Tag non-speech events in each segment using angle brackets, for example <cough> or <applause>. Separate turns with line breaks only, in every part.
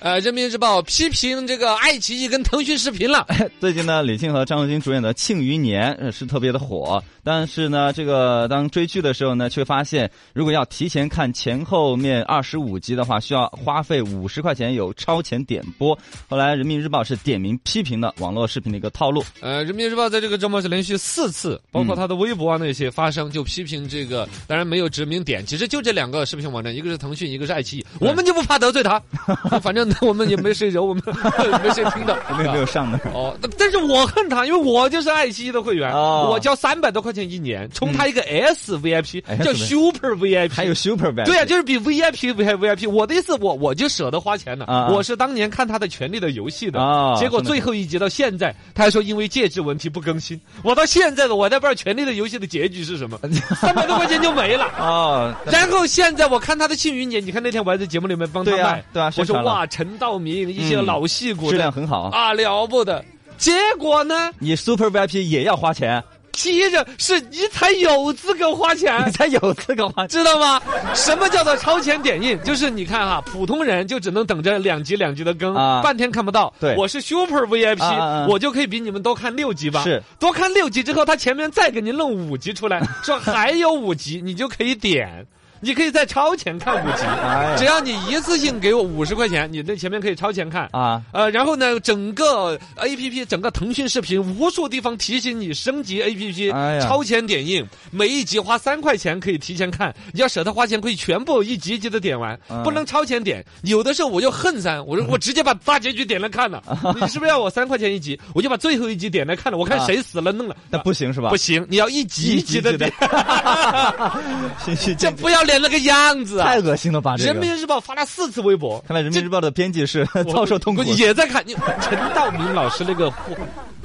呃，人民日报批评这个爱奇艺跟腾讯视频
<laughs>
了。
最近呢，李沁和张若昀主演的《庆余年》呃是特别的火，但是呢，这个当追剧的时候呢，却发现如果要提前看前后面二十五集的话，需要花费五十块钱有超前点播。后来，《人民日报》是点名批评了网络视频的一个套路。
呃，人民日报在这个周末是连续四次，包
嗯
括他的微博啊那些发声，就批评这个，当然没有指名点，其实就这两个视频网站，一个是腾讯，一个是爱奇艺，我们就不怕得罪
<laughs>
他，反正我们也没谁惹我们， <laughs> 没谁听
<laughs>
到，
没有没有
<laughs>
上呢？
哦，但但是我恨他，因为我就是爱奇艺的会员，
哦嗯
我交三百多块钱一年，充他一个 S VIP，、
S
叫 Super VIP，
还有 Super 版，
对呀、就是比 VIP 还 VIP。我的意思，我我就舍得花钱了。
啊啊
我是当年看他的《权力的游戏》的，
啊
结果
真的
最后一集到现在，他还说因为介质问题不更新。我到现在的我还在不知道《权力的游戏》的结局是什么，三百多块钱就没
<laughs>
了。
哦，
然后现在我看他的《庆余年》，你看那天我还在节目里面帮他
对呀
卖，
对啊
我
宣
说
传了
哇，陈道明一些
嗯
老戏骨
质
的、
量很好。
啊，了不得。结果呢，
你 Super VIP 也要花钱，
提着是你才有资格花钱，
<laughs> 你才有资格花钱。
知道吗？什么叫做超前点映？就是你看哈，普通人就只能等着两集两集的更，
啊
半天看不到。
对
我是 Super VIP，、
啊啊啊
我就可以比你们多看六集吧。
是，
多看六集之后，他前面再给您弄五集出来，
<laughs>
说还有五集，你就可以点。你可以在超前看五集，
哎呀
只要你一次性给我五十块钱，你那前面可以超前看
啊
呃，然后呢，整个呃 A P P，整个腾讯视频，无数地方提醒你升级 A P P，、
哎呀
超前点映，每一集花三块钱可以提前看，你要舍得花钱，可以全部一集一集的点完，
嗯
不能超前点。有的时候我就恨三，
<laughs>
我说我直接把大结局点了看了，你是不是要我三块钱一集？我就把最后一集点了看了，我看
啊
谁死了弄了。
那不行是吧？
不行，你要一集一集的
<laughs>
点， <laughs>
行，行
这
行
不要脸那个样子啊！
太恶心了吧？这个
人民日报发了四次微博，
看来人民日报的编辑是 <laughs> 遭受痛苦
我。也在看你陈道明老师那个货，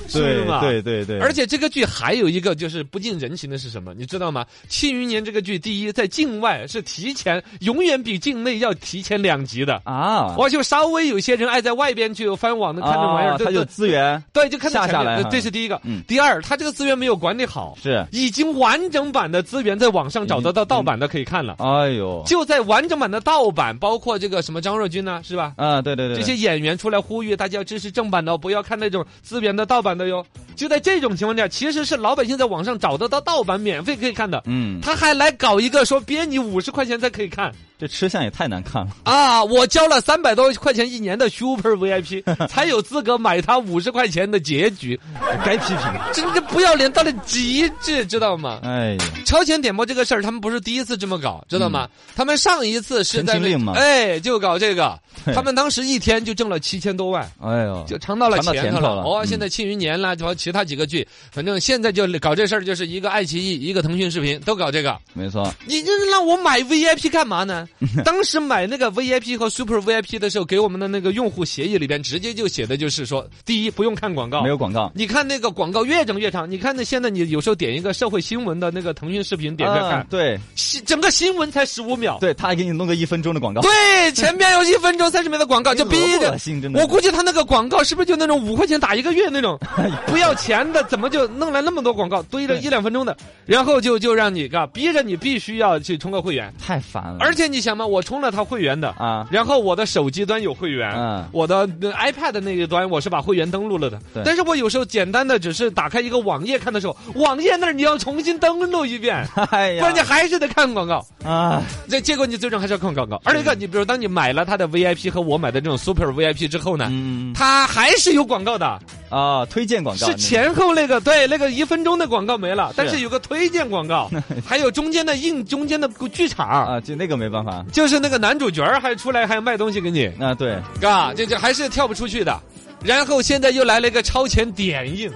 是不是
对
嘛
对对对，
而且这个剧还有一个就是不近人情的是什么？你知道吗？《庆余年》这个剧，第一在境外是提前，永远比境内要提前两集的。
啊，
我就稍微有些人爱在外边去翻网的看这玩意儿，
啊
对
它有
对
资源
对，就看得
下
前面呃
下来哈
这是第一个。
嗯
第二，他这个资源没有管理好，
是。
已经完整版的资源在网上找得到
已经
盗版的可以看了，
哎呦，
就在完整版的盗版，包括这个什么张若昀呢，是吧？
啊，对对对，
这
对
些演员出来呼吁大家要支持正版的哦，不要看那种资源的盗版的哟。就在这种情况下，其实是老百姓在网上找得到盗版，免费可以看的。
嗯，
他还来搞一个说编你五十块钱才可以看
这吃相也太难
<laughs>
看了。
啊！我交了三百多块钱一年的 Super
<laughs>
VIP，才有资格买他五十块钱的结局，
该批评。
真的不要脸到了极致，知道吗？
哎呀，
超前点播这个事儿，他们不是第一次这么搞，知道吗？他们上一次是在
陈嗯情令
那
嘛
哎，就搞这个，
对
他们当时一天就挣了七千多万。
哎呦，
就尝到了
尝到
甜
甜
头
头
了。
了
哦，
嗯
现在《庆余年》啦，包其他几个剧，反正现在就搞这事儿，就是一个爱奇艺，一个腾讯视频都搞这个。
没错，
你这让我买 VIP 干嘛 <laughs> 呢？当时买那个 VIP 和 Super VIP 的时候，给我们的那个用户协议里边直接就写的就是说，第一不用看广告
没。有广告。
你看那个广告越整越长，你看那现在你有时候点一个社会新闻的那个腾讯视频点开
啊
看，
对
新整个新闻才十五秒，
对，他还给你弄个一分钟的广告，
对，前面有一分钟三十秒的广告，就逼
多
着
恶心，真的。
哎我估计他那个广告是不是就那种五块钱打一个月那
<laughs>
种，
哎
不要钱的，怎么就弄来那么多广告，堆了一两分钟的，然后就就让你嘎，逼着你必须要去充个会员，
太烦了。
而且你想嘛，我充了他会员的，
啊， <laughs>
然后我的手机端有会员，
嗯
我的呃 iPad 那一端我是把会员登录了的
对，
但是我有时候简单的只是打开一个网页看的时候，网页那儿你要重新登录一遍，
哎
不
呀，
然你还是得看广告。
啊，
这结果你最终还是要看广告。而一个，你比如当你买了他的 VIP 和我买的这种 Super VIP 之后呢，
嗯
它还是有广告的，
啊，推荐广告
是前后那个对那个一分钟的广告没了，但是有个推荐广 <laughs> 告，还有中间的硬中间的剧
那
场。
啊，就那个没办法
就是那个男主角儿还出来还卖东西给你，
啊，对，
啊，这这还是跳不出去的。然后现在又来了一个超前点 <laughs> 映，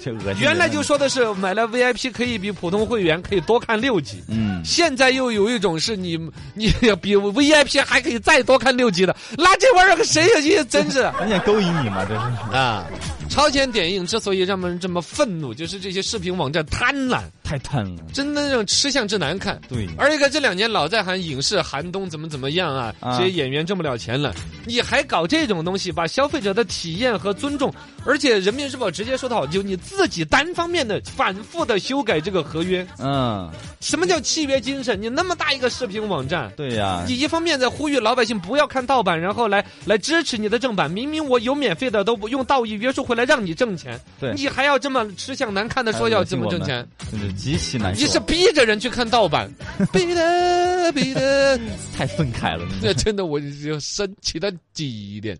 这恶心。
原来就说的是买了 VIP 可以比普通会员可以多看六集，
嗯，
现在又有一种是你你比 VIP 还可以再多看六集的，那这玩意儿可谁有意思？真是。
人家勾引你嘛，这是
啊，超前点映之所以让人这么愤怒，就是这些视频网站贪婪，
太贪了。
真的那种吃相之难看。
对，
而一个这两年老在喊影视寒冬怎么怎么样啊，
啊
这些演员挣不了钱了，你还搞这种东西，把消费者的体验和尊重，而且人民日报直接说的好，就你自己单方面的反复的修改这个合约，
嗯，
什么叫契约精神？你那么大一个视频网站。
对呀、
你一方面在呼吁老百姓不要看盗版，然后来来支持你的正版。明明我有免费的，都不用道义约束回来让你挣钱，
对
你还要这么吃相难看的说要怎么挣钱？
真是极其难受，
你是逼着人去看盗版，逼的逼的， <laughs>
太愤慨了。
那真的我就生气到极点。